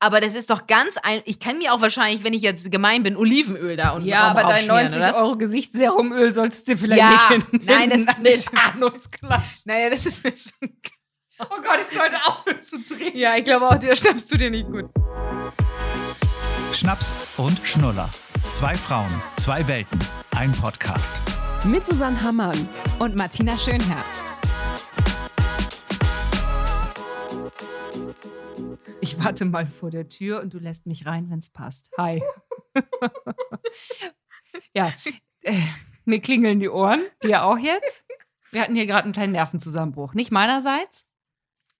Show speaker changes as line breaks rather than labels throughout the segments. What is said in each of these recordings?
Aber das ist doch ganz ein. Ich kann mir auch wahrscheinlich, wenn ich jetzt gemein bin, Olivenöl da und
Ja,
Raum
aber dein
aufschmieren, oder?
90 Euro Gesichtsserumöl sollst du vielleicht
Ja,
nicht in,
nein, das
in
ist nicht-
den Anus klatschen.
Naja, das ist mir schon.
Oh Gott, ich sollte aufhören zu drehen.
Ja, ich glaube auch, der schnappst du dir nicht gut.
Schnaps und Schnuller. Zwei Frauen, zwei Welten, ein Podcast.
Mit Susanne Hammann.
Und Martina Schönherr.
Ich warte mal vor der Tür und du lässt mich rein, wenn es passt. Hi. ja, äh, mir klingeln die Ohren. Dir auch jetzt? Wir hatten hier gerade einen kleinen Nervenzusammenbruch. Nicht meinerseits?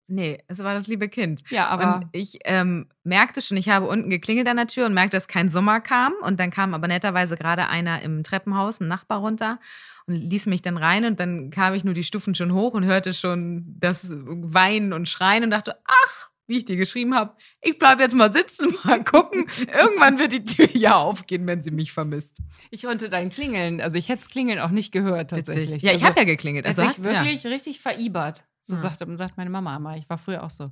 Nee, es war das liebe Kind.
Ja, aber
und ich ähm, merkte schon, ich habe unten geklingelt an der Tür und merkte, dass kein Sommer kam. Und dann kam aber netterweise gerade einer im Treppenhaus, ein Nachbar runter und ließ mich dann rein. Und dann kam ich nur die Stufen schon hoch und hörte schon das Weinen und Schreien und dachte, ach, wie ich dir geschrieben habe, ich bleibe jetzt mal sitzen, mal gucken. Irgendwann wird die Tür ja aufgehen, wenn sie mich vermisst.
ich konnte dein Klingeln, also ich hätte das Klingeln auch nicht gehört tatsächlich.
Witzig. Ja, ich
Also-
habe ja geklingelt. Also
Also hat
hast
sich
du ja.
wirklich richtig veribert. So
Ja.
sagt, sagt meine Mama immer. Ich war früher auch so.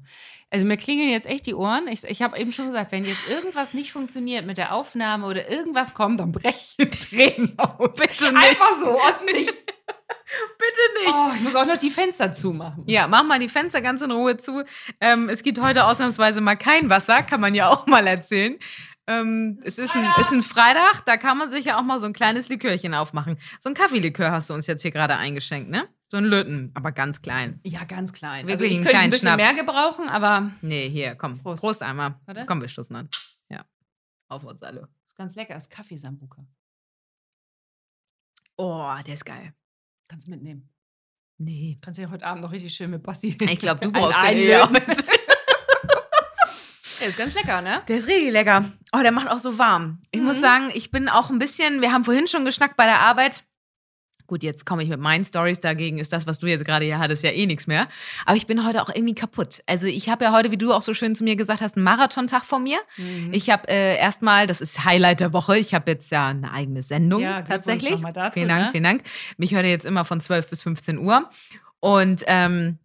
Also mir klingeln jetzt echt die Ohren. Ich, ich habe eben schon gesagt, wenn jetzt irgendwas nicht funktioniert mit der Aufnahme oder irgendwas kommt, dann breche ich in Tränen aus.
Bitte nicht.
Einfach so, aus mich.
Bitte nicht.
Oh, ich muss auch noch die Fenster zumachen.
Ja, mach mal die Fenster ganz in Ruhe zu. Ähm, es gibt heute ausnahmsweise mal kein Wasser, kann man ja auch mal erzählen. Ähm, es ist ein, ist ein Freitag, da kann man sich ja auch mal so ein kleines Likörchen aufmachen. So ein Kaffeelikör hast du uns jetzt hier gerade eingeschenkt, ne? So ein Löten, aber ganz klein.
Ja, ganz klein.
Wirklich
Also ich
einen
könnte ein
kleinen
bisschen
Schnaps.
mehr gebrauchen, aber
Nee, hier, komm.
Prost.
Prost, einmal.
Warte.
Komm, wir stoßen an. Ja. Auf uns alle.
ganz lecker ist Kaffeesambuka.
Oh, der ist geil.
Kannst mitnehmen.
Nee.
Kannst ja heute Abend noch richtig schön mit Basti.
Ich glaube, du
Ein-
brauchst den eh.
ein
eher.
Löwen. Der ist ganz lecker, ne?
Der ist richtig lecker. Oh, der macht auch so warm. Ich
Mhm.
muss sagen, ich bin auch ein bisschen, wir haben vorhin schon geschnackt bei der Arbeit. Gut, jetzt komme ich mit meinen Stories dagegen, ist das, was du jetzt gerade hier hattest, ja eh nichts mehr. Aber ich bin heute auch irgendwie kaputt. Also ich habe ja heute, wie du auch so schön zu mir gesagt hast, einen Marathontag vor mir.
Mhm.
Ich habe äh, erstmal, das ist Highlight der Woche, ich habe jetzt ja eine eigene Sendung
Ja, Glückwunsch
tatsächlich.
nochmal dazu,
vielen Dank,
ne?
vielen Dank. Mich hört ihr jetzt immer von 12 bis 15 Uhr. Und ähm,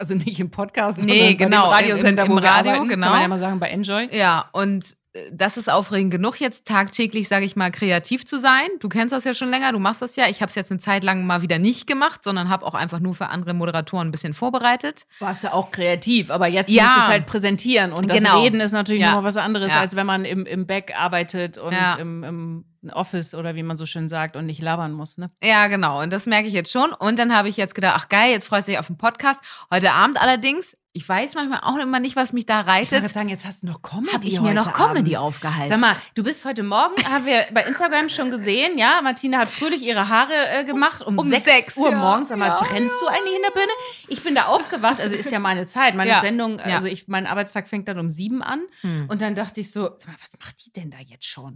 Also nicht im Podcast,
Nee,
sondern
genau,
bei dem Radiosender,
im- im
wo wir
Radio,
arbeiten.
genau.
Kann man ja mal sagen, bei Enjoy.
Ja, und äh, das ist aufregend genug, jetzt tagtäglich, sage ich mal, kreativ zu sein. Du kennst das ja schon länger, du machst das ja. Ich habe es jetzt eine Zeit lang mal wieder nicht gemacht, sondern habe auch einfach nur für andere Moderatoren ein bisschen vorbereitet.
Warst du auch kreativ, aber jetzt
Ja.
musst du es halt präsentieren. Und das
Genau.
Reden ist natürlich
Ja.
nochmal was anderes,
Ja.
als wenn man im, im Back arbeitet und
Ja.
im, im Office oder wie man so schön sagt und nicht labern muss. Ne?
Ja, genau. Und das merke ich jetzt schon. Und dann habe ich jetzt gedacht, ach geil, jetzt freust du dich auf den Podcast. Heute Abend allerdings, ich weiß manchmal auch immer nicht, was mich da
Ich wollte gerade
reitet,
sagen, jetzt hast du noch Comedy
habe ich mir noch Comedy aufgehalten.
Sag mal, du bist heute Morgen, haben wir bei Instagram schon gesehen, ja? Martina hat fröhlich ihre Haare äh, gemacht um,
Um
6,
sechs,
Uhr
ja.
morgens. Sag mal,
Ja,
brennst du eigentlich in der Birne? Ich bin da aufgewacht, also ist ja meine Zeit. Meine
Ja,
Sendung,
ja.
also ich, mein Arbeitstag fängt dann um sieben an.
Hm.
Und dann dachte ich so, sag mal, was macht die denn da jetzt schon?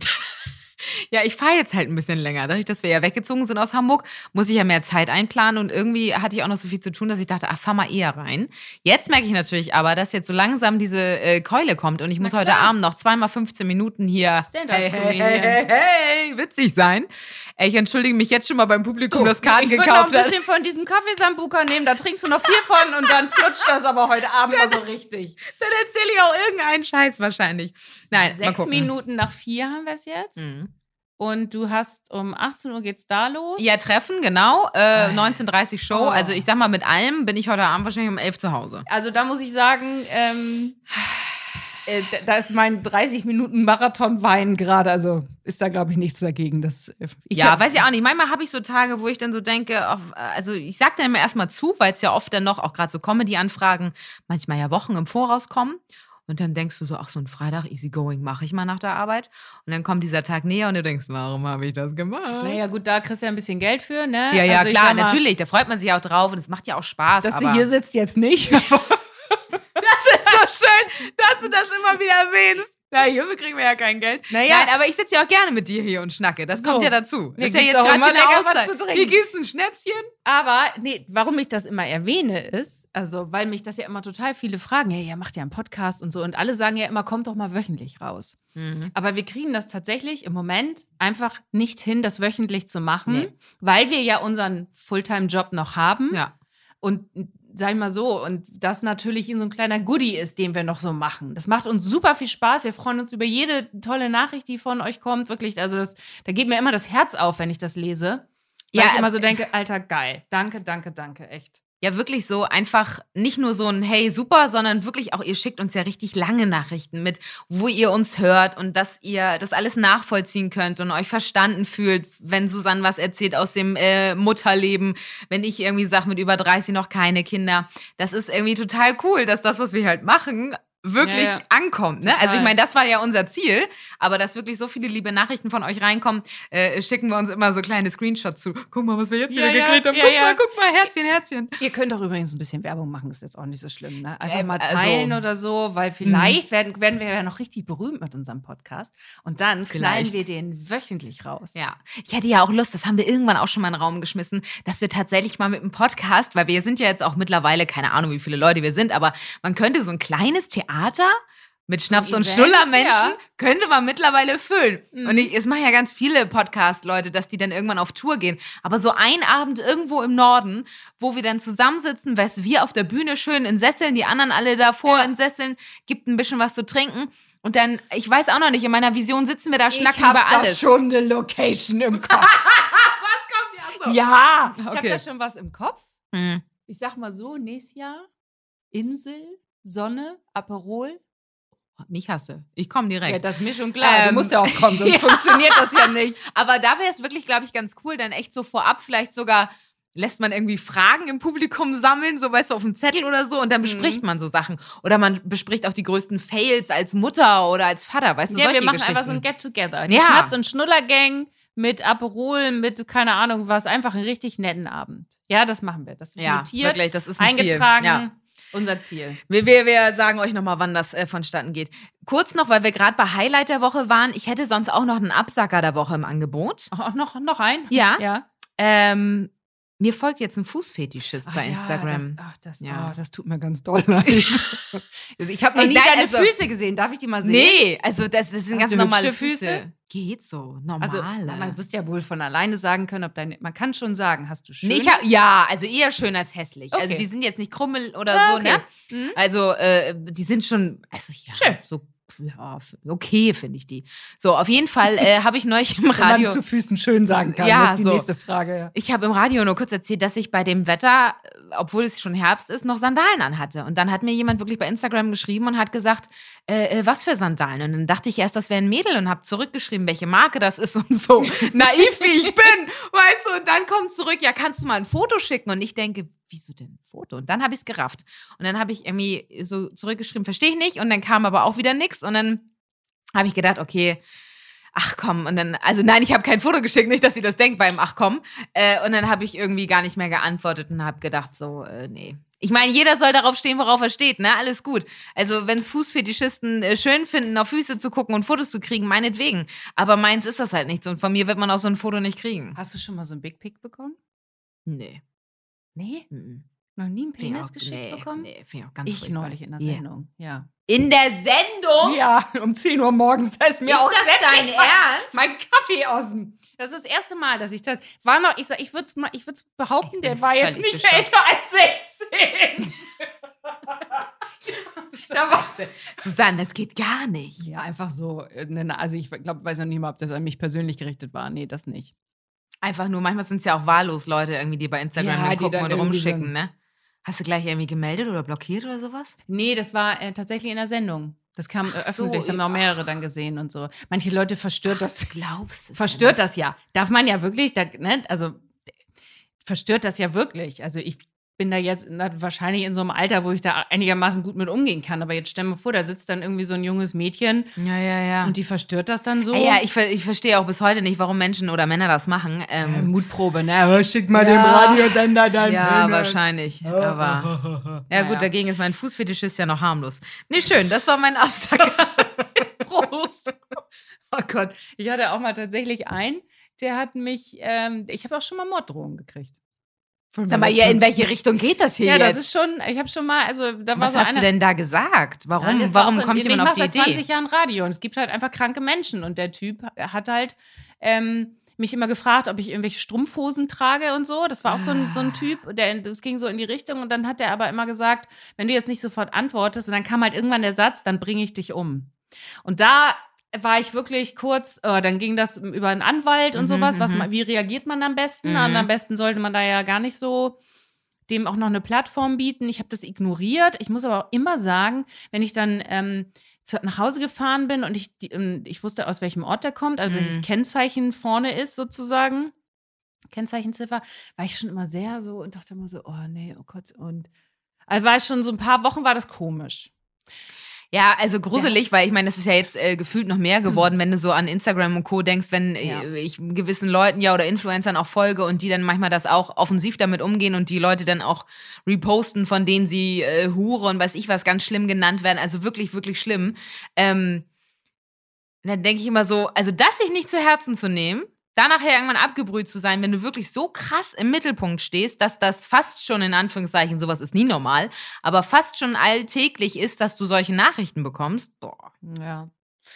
Ja, ich fahre jetzt halt ein bisschen länger. Dadurch, dass wir ja weggezogen sind aus Hamburg, muss ich ja mehr Zeit einplanen und irgendwie hatte ich auch noch so viel zu tun, dass ich dachte, ach, fahr mal eher rein. Jetzt merke ich natürlich aber, dass jetzt so langsam diese äh, Keule kommt und ich muss heute
klar.
Abend noch zweimal 15 Minuten hier
Stand-up
hey, hey, hey,
Comedian.
hey, hey, witzig sein. Ey, Ich entschuldige mich jetzt schon mal beim Publikum, Um das Karten
ich würd
gekauft
noch ein
hat.
bisschen von diesem Kaffeesambuka nehmen, da trinkst du noch viel von und dann flutscht das aber heute Abend
Genau.
mal so richtig.
Dann erzähle ich auch irgendeinen Scheiß wahrscheinlich. Nein, Äh, mal
Sechs
gucken.
Minuten nach vier haben wir es jetzt.
Mhm.
Und du hast um 18 Uhr geht's da los.
Ja, Treffen, genau. Äh, 19.30 Show.
Oh.
Also ich sag mal, mit allem bin ich heute Abend wahrscheinlich um 11 zu Hause.
Also da muss ich sagen, ähm, äh, da- da ist mein 30 Minuten Marathon Wein gerade. Also ist da glaube ich nichts dagegen. Dass äh, ich
ja,
hab-
weiß ich auch nicht. Manchmal habe ich so Tage, wo ich dann so denke, auf, also ich sag dann immer erstmal zu, weil es ja oft dann noch auch gerade so Comedy-Anfragen manchmal ja Wochen im Voraus kommen. Und dann denkst du so, ach, so ein Freitag, easy going, mache ich mal nach der Arbeit. Und dann kommt dieser Tag näher und du denkst, warum habe ich das gemacht?
Naja, gut, da kriegst du ja ein bisschen Geld für, ne?
ja, ja,
Also ich
klar,
sag mal,
natürlich, da freut man sich auch drauf und es macht ja auch Spaß.
Dass
aber
du hier sitzt jetzt nicht.
das ist so schön, dass du das immer wieder erwähnst. Na, hierfür kriegen wir ja kein Geld.
Naja.
Nein, aber ich sitze ja auch gerne mit dir hier und schnacke. Das
So.
kommt ja dazu.
Mir
ist ja
gibt's
jetzt
auch
gerade
immer
wieder
lecker was
Auszeit.
zu trinken.
Hier gibt's ein Schnäpschen.
Aber nee, warum ich das immer erwähne ist, also weil mich das ja immer total viele fragen, hey, ihr macht ja einen Podcast und so und alle sagen ja immer, kommt doch mal wöchentlich raus. Aber wir kriegen das tatsächlich im Moment einfach nicht hin, das wöchentlich zu machen,
Nee.
weil wir ja unseren Fulltime-Job noch haben
Ja.
und sag ich mal so, und das natürlich so ein kleiner Goodie ist, den wir noch so machen. Das macht uns super viel Spaß. Wir freuen uns über jede tolle Nachricht, die von euch kommt. Wirklich, also das, da geht mir immer das Herz auf, wenn ich das lese.
Ja,
Weil ich immer so
äh,
denke, Alter, geil. Danke, danke, danke, echt.
Ja, wirklich so einfach nicht nur so ein Hey, super, sondern wirklich auch, ihr schickt uns ja richtig lange Nachrichten mit, wo ihr uns hört und dass ihr das alles nachvollziehen könnt und euch verstanden fühlt, wenn Susanne was erzählt aus dem äh, Mutterleben, wenn ich irgendwie sage, mit über 30 noch keine Kinder. Das ist irgendwie total cool, dass das, was wir halt machen, wirklich
Ja, ja.
ankommt. Ne?
Total.
Also ich meine, das war ja unser Ziel, aber dass wirklich so viele liebe Nachrichten von euch reinkommen, äh, schicken wir uns immer so kleine Screenshots zu. Guck mal, was wir jetzt
Ja,
wieder
ja,
gekriegt haben.
ja,
guck
ja.
mal, guck mal, Herzchen, Herzchen.
Ihr könnt auch übrigens ein bisschen Werbung machen, ist jetzt auch nicht so schlimm. Ne? Einfach
Ähm,
mal
also-
teilen oder so, weil vielleicht werden, werden wir ja noch richtig berühmt mit unserem Podcast. Und dann
Vielleicht.
knallen wir den wöchentlich raus.
Ja, ich hätte ja auch Lust, das haben wir irgendwann auch schon mal in den Raum geschmissen, dass wir tatsächlich mal mit einem Podcast, weil wir sind ja jetzt auch mittlerweile, keine Ahnung, wie viele Leute wir sind, aber man könnte so ein kleines Theater mit Schnaps und
Event,
Schnullermenschen
ja.
könnte man mittlerweile füllen.
Mhm.
Und ich, es machen ja ganz viele Podcast-Leute, dass die dann irgendwann auf Tour gehen. Aber so ein Abend irgendwo im Norden, wo wir dann zusammensitzen, weißt wir auf der Bühne schön in Sesseln, die anderen alle davor in Sesseln, gibt ein bisschen was zu trinken. Und dann, ich weiß auch noch nicht, in meiner Vision sitzen wir da, schnacken
hab
über alles.
schon eine Location im Kopf. ja, ich habe
Okay.
da schon was im Kopf.
Mhm.
Ich sag mal so, nächstes Jahr Insel, Sonne, Aperol. Oh,
Mich hasse. Ich komme direkt.
Ja, das ist mir schon
klar. Du musst ja
auch kommen,
sonst
funktioniert das ja nicht.
Aber da wäre es wirklich, glaube ich, ganz cool, dann echt so vorab vielleicht sogar lässt man irgendwie Fragen im Publikum sammeln, so weißt du, auf dem Zettel oder so, und dann
Mhm.
bespricht man so Sachen. Oder man bespricht auch die größten Fails als Mutter oder als Vater, weißt du,
Ja,
solche
wir machen
Geschichten.
einfach so ein Get-Together. Die
Ja.
Schnaps- und Schnuller-Gang mit Aperol, mit keine Ahnung was. Einfach einen richtig netten Abend. Ja, das machen wir. Das ist
ja,
notiert,
wirklich, das ist ein
eingetragen.
Ziel. Ja.
Unser Ziel.
Wir, wir, wir sagen euch nochmal, wann das äh, vonstatten geht. Kurz noch, weil wir gerade bei Highlight der Woche waren, ich hätte sonst auch noch einen Absacker der Woche im Angebot.
Auch noch, noch ein?
Ja,
Ja.
Ähm, mir folgt jetzt ein Fußfetischist
Ach
bei
ja,
Instagram.
das, ach, das,
Ja.
oh, das tut mir ganz doll leid. ich habe noch
Ey,
nie
nein,
deine
also-
Füße gesehen. Darf ich die mal sehen?
Nee, also das, das sind ganz
Hast du hübsche
normale Füße.
Füße?
Geht so, normale.
Also, man wirst ja wohl von alleine sagen können, ob deine. Man kann schon sagen, hast du schön.
Nee, ich hab, ja, also eher schön als hässlich. Also
Okay.
die sind jetzt nicht krummel oder
Ah,
so,
okay.
ne?
Mhm.
Also äh, die sind schon, also ja,
Schön.
so ja, f- okay finde ich die. So, auf jeden Fall äh, habe ich neulich im
Wenn man
Radio,
zu Füßen schön sagen kann.
Ja,
das ist die
so.
nächste Frage.
ich habe im Radio nur kurz erzählt, dass ich bei dem Wetter, äh, obwohl es schon Herbst ist, noch Sandalen anhatte. Und dann hat mir jemand wirklich bei Instagram geschrieben und hat gesagt, äh, äh, was für Sandalen? Und dann dachte ich erst, das wäre ein Mädel und habe zurückgeschrieben, welche Marke das ist und so. Naiv wie ich bin, weißt du. Und dann kommt zurück, ja, kannst du mal ein Foto schicken? Und ich denke, wieso denn ein Foto? Und dann habe ich es gerafft. Und dann habe ich irgendwie so zurückgeschrieben, verstehe ich nicht. Und dann kam aber auch wieder nichts. Und dann habe ich gedacht, okay, ach komm. Und dann, also nein, ich habe kein Foto geschickt, nicht, dass sie das denkt beim Ach komm. Äh, und dann habe ich irgendwie gar nicht mehr geantwortet und habe gedacht, so, äh, nee. Ich meine, jeder soll darauf stehen, worauf er steht, ne? Alles gut. Also, wenn es Fußfetischisten äh, schön finden, auf Füße zu gucken und Fotos zu kriegen, meinetwegen. Aber meins ist das halt nicht so. Und von mir wird man auch so ein Foto nicht kriegen.
Hast du schon mal so ein Big Pick bekommen?
Nee.
Nee.
mhm.
Noch nie einen
Find ich
Penis
auch-
geschickt
nee,
bekommen?
Nee, finde ich auch ganz
Ich
furchtbar.
neulich in der
Ja.
Sendung. Ja.
In der Sendung?
Ja, um 10 Uhr morgens. Da ist mir
ist
auch
das
sämtlich
dein
mein-
Ernst?
Mein Kaffee aus dem. Das ist das erste Mal, dass ich das. War noch, ich sag, ich würde mal, ich würd's behaupten,
Ich bin
der war jetzt
völlig
nicht
geschockt.
älter als 16. da war,
Susanne, das geht gar nicht.
ja, einfach so. äh, ne, ne, Also ich glaube, weiß noch nicht mal, ob das an mich persönlich gerichtet war. Nee, das nicht.
Einfach nur, manchmal sind es ja auch wahllos Leute irgendwie, die bei Instagram
Ja,
dann
die
gucken
dann
und
irgendwie
rumschicken,
sind-
ne? Hast du gleich irgendwie gemeldet oder blockiert oder sowas?
Nee, das war äh, tatsächlich in der Sendung. Das kam
Ach
äh,
so,
öffentlich, das haben auch
ach.
mehrere dann gesehen und so. Manche Leute verstört das.
Du glaubst es.
verstört
ja
das ja. Darf man ja wirklich, da, ne? also verstört das ja wirklich. Also ich bin da jetzt na, wahrscheinlich in so einem Alter, wo ich da einigermaßen gut mit umgehen kann. Aber jetzt stell mir vor, da sitzt dann irgendwie so ein junges Mädchen
nicht. Ja, ja, ja.
und die verstört das dann so.
Ey, ja, ich, ver ich verstehe auch bis heute nicht, warum Menschen oder Männer das machen.
Äh,
Ähm,
Mutprobe, ne? Hör, Schick mal
Ja.
dem Radio dann da ne?
ja,
dein
wahrscheinlich. Aber.
Aber.
Ja, gut, dagegen ist mein Fußfetisch ist ja noch harmlos. Nee, schön, das war mein Absacker. Prost.
Oh Gott. Ich hatte auch mal tatsächlich einen, der hat mich, ähm, ich habe auch schon mal Morddrohungen gekriegt.
Sag mal, ja, in welche Richtung geht das hier
Ja,
jetzt?
das ist schon, ich habe schon mal, also da war
Was
so
hast
einer,
du denn da gesagt? Warum,
Ja, das war
warum
auch-
kommt
ich
jemand auf
mache
die
seit
Idee?
20 Jahren Radio und es gibt halt einfach kranke Menschen und der Typ hat halt ähm, mich immer gefragt, ob ich irgendwelche Strumpfhosen trage und so. Das war auch so ein, so ein
Ah.
Typ, der, das ging so in die Richtung. Und dann hat er aber immer gesagt, wenn du jetzt nicht sofort antwortest, und dann kam halt irgendwann der Satz, dann bringe ich dich um. Und da war ich wirklich kurz, äh, dann ging das über einen Anwalt und
Mhm,
sowas. Was,
mhm.
ma- wie reagiert man am besten?
Mhm.
Und am besten sollte man da ja gar nicht so dem auch noch eine Plattform bieten. Ich habe das ignoriert. Ich muss aber auch immer sagen, wenn ich dann ähm, zu, nach Hause gefahren bin und ich, die, ähm, ich wusste, aus welchem Ort der kommt, also dass
Mhm.
das Kennzeichen vorne ist sozusagen, Kennzeichenziffer, war ich schon immer sehr so und dachte immer so, oh nee, oh Gott. Und also war ich schon so ein paar Wochen war das komisch.
Ja, also gruselig, weil ich meine, das ist ja jetzt äh, gefühlt noch mehr geworden, wenn du so an Instagram und Co. denkst, wenn äh,
Ja.
ich gewissen Leuten ja oder Influencern auch folge und die dann manchmal das auch offensiv damit umgehen und die Leute dann auch reposten, von denen sie äh, Hure und weiß ich was ganz schlimm genannt werden. Also wirklich, wirklich schlimm. Ähm, dann denke ich immer so, also das sich nicht zu Herzen zu nehmen, da nachher irgendwann abgebrüht zu sein, wenn du wirklich so krass im Mittelpunkt stehst, dass das fast schon in Anführungszeichen, sowas ist nie normal, aber fast schon alltäglich ist, dass du solche Nachrichten bekommst. Boah.
Ja.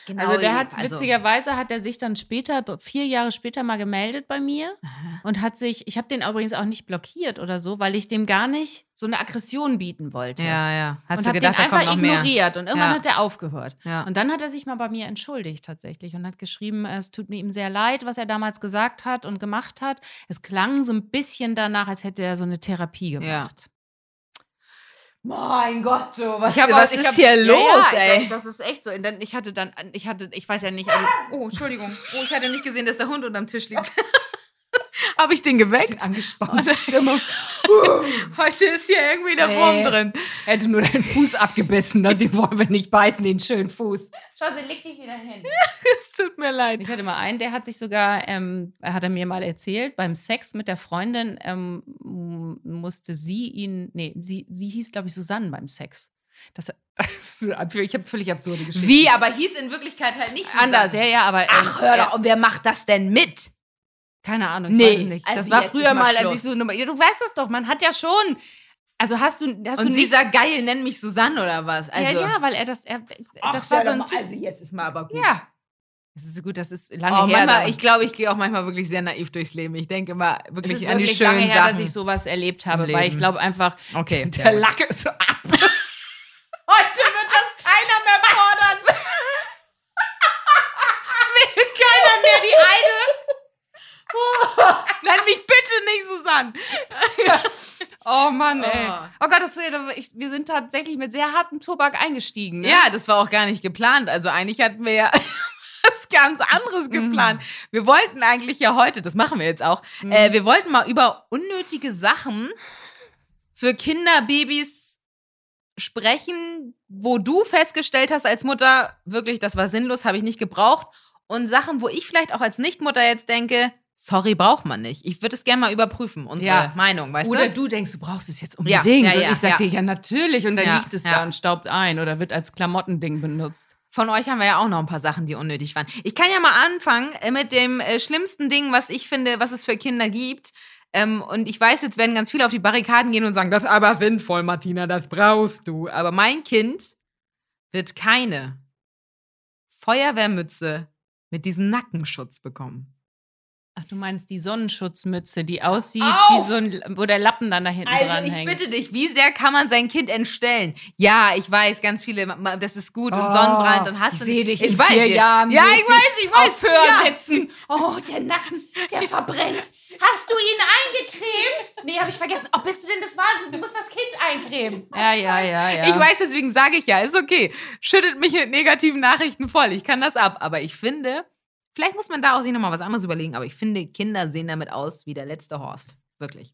Genau,
Also der hat
also-
witzigerweise hat er sich dann später dr- vier Jahre später mal gemeldet bei mir und hat sich ich habe den übrigens auch nicht blockiert oder so, weil ich dem gar nicht so eine Aggression bieten wollte.
Ja, ja. Hast
und
du
habe den
gedacht, da
einfach
kommt noch mehr?
ignoriert und irgendwann
Ja.
hat er aufgehört.
Ja.
Und dann hat er sich mal bei mir entschuldigt tatsächlich und hat geschrieben, es tut mir ihm sehr leid, was er damals gesagt hat und gemacht hat. Es klang so ein bisschen danach, als hätte er so eine Therapie gemacht.
Mein Gott, du, was,
Ich hab
was
auch- ich
ist
hab-
hier
Ja,
los,
ja,
ey?
Das, das ist echt so. Und dann, ich hatte dann, ich hatte, ich weiß ja nicht, also,
Oh, Entschuldigung. Oh, ich hatte nicht gesehen, dass der Hund unterm Tisch liegt. Habe ich den geweckt?
angespannte Stimme.
Heute ist hier irgendwie der
Ey.
Wurm drin.
Hätte nur deinen Fuß abgebissen, ne? den wollen wir nicht beißen, den schönen Fuß. Schau, sie leg dich wieder hin.
Es tut mir leid.
Ich hatte mal einen, der hat sich sogar, ähm, hat er mir mal erzählt, beim Sex mit der Freundin ähm, m- musste sie ihn, nee, sie, sie hieß, glaube ich, Susanne beim Sex. Das, das ich habe völlig absurde Geschichten.
Wie, aber hieß in Wirklichkeit halt nicht Susanne.
Anders, ja, ja, aber. ähm,
Ach, hör
ja,
doch, und wer macht das denn mit?
Keine Ahnung, ich
Nee,
weiß es nicht.
also
das war
jetzt ist
früher
mal
mal, als
Schluss.
ich so eine. Ja, du weißt das doch, man hat ja schon. Also hast du, hast
und
du
sie
nicht.
sagt, geil, nenn mich Susanne oder was? Also,
ja, ja, weil er das. Er, das
Ach,
war
hör
so
doch
ein
mal,
Typ.
Also jetzt ist mal aber gut.
Ja. Das ist gut, das ist lange
Oh,
her.
manchmal,
aber-
ich glaube, ich gehe auch manchmal wirklich sehr naiv durchs Leben. Ich denke immer
es
wirklich
ist
an die
wirklich
schönen
lange her,
Sachen.
dass ich sowas erlebt habe,
im
weil ich
Leben.
glaube einfach,
okay.
der
ja.
Lack ist ab.
Heute wird das keiner mehr fordern. Will keiner mehr die Eide. Nenn mich bitte nicht Susanne.
Oh Mann,
ey.
Oh Gott, das, ich, wir sind tatsächlich mit sehr hartem Tobak eingestiegen. Ne?
Ja, das war auch gar nicht geplant. Also eigentlich hatten wir ja was ganz anderes
Mhm.
geplant. Wir wollten eigentlich ja heute, das machen wir jetzt auch,
Mhm.
äh, wir wollten mal über unnötige Sachen für Kinder, Babys sprechen, wo du festgestellt hast als Mutter, wirklich, das war sinnlos, habe ich nicht gebraucht. Und Sachen, wo ich vielleicht auch als Nichtmutter jetzt denke, sorry, braucht man nicht. Ich würde es gerne mal überprüfen, unsere
Ja.
Meinung, weißt
Oder
du?
du denkst, du brauchst es jetzt
Ja,
unbedingt.
ja, ja,
und ich sag
ja.
dir, ja, natürlich. Und dann
Ja,
liegt es
ja.
da und staubt ein oder wird als Klamottending benutzt.
Von euch haben wir ja auch noch ein paar Sachen, die unnötig waren. Ich kann ja mal anfangen äh, mit dem äh, schlimmsten Ding, was ich finde, was es für Kinder gibt. Ähm, und ich weiß, jetzt werden ganz viele auf die Barrikaden gehen und sagen, das ist aber sinnvoll, Martina, das brauchst du. Aber mein Kind wird keine Feuerwehrmütze mit diesem Nackenschutz bekommen.
Ach, du meinst die Sonnenschutzmütze, die aussieht
Auf!
wie so ein, wo der Lappen dann da hinten dran
Also, ich
hängt.
bitte dich, wie sehr kann man sein Kind entstellen? Ja, ich weiß, ganz viele, ma- ma- das ist gut und
Oh,
Sonnenbrand und hast
ich
du
seh
nicht-
dich
ich
in
weiß
vier
jetzt.
Jahren
Ja, ich
richtig
weiß, ich weiß.
auf Hörsitzen. Oh, der Nacken, der verbrennt. Hast du ihn eingecremt? Nee, habe ich vergessen. Oh, bist du denn das Wahnsinn? Du musst das Kind eincremen. Ja, ja, ja, ja.
Ich weiß, deswegen sage ich ja, ist okay. Schüttet mich mit negativen Nachrichten voll. Ich kann das ab. Aber ich finde, vielleicht muss man da auch sich nochmal was anderes überlegen, aber ich finde, Kinder sehen damit aus wie der letzte Horst. Wirklich.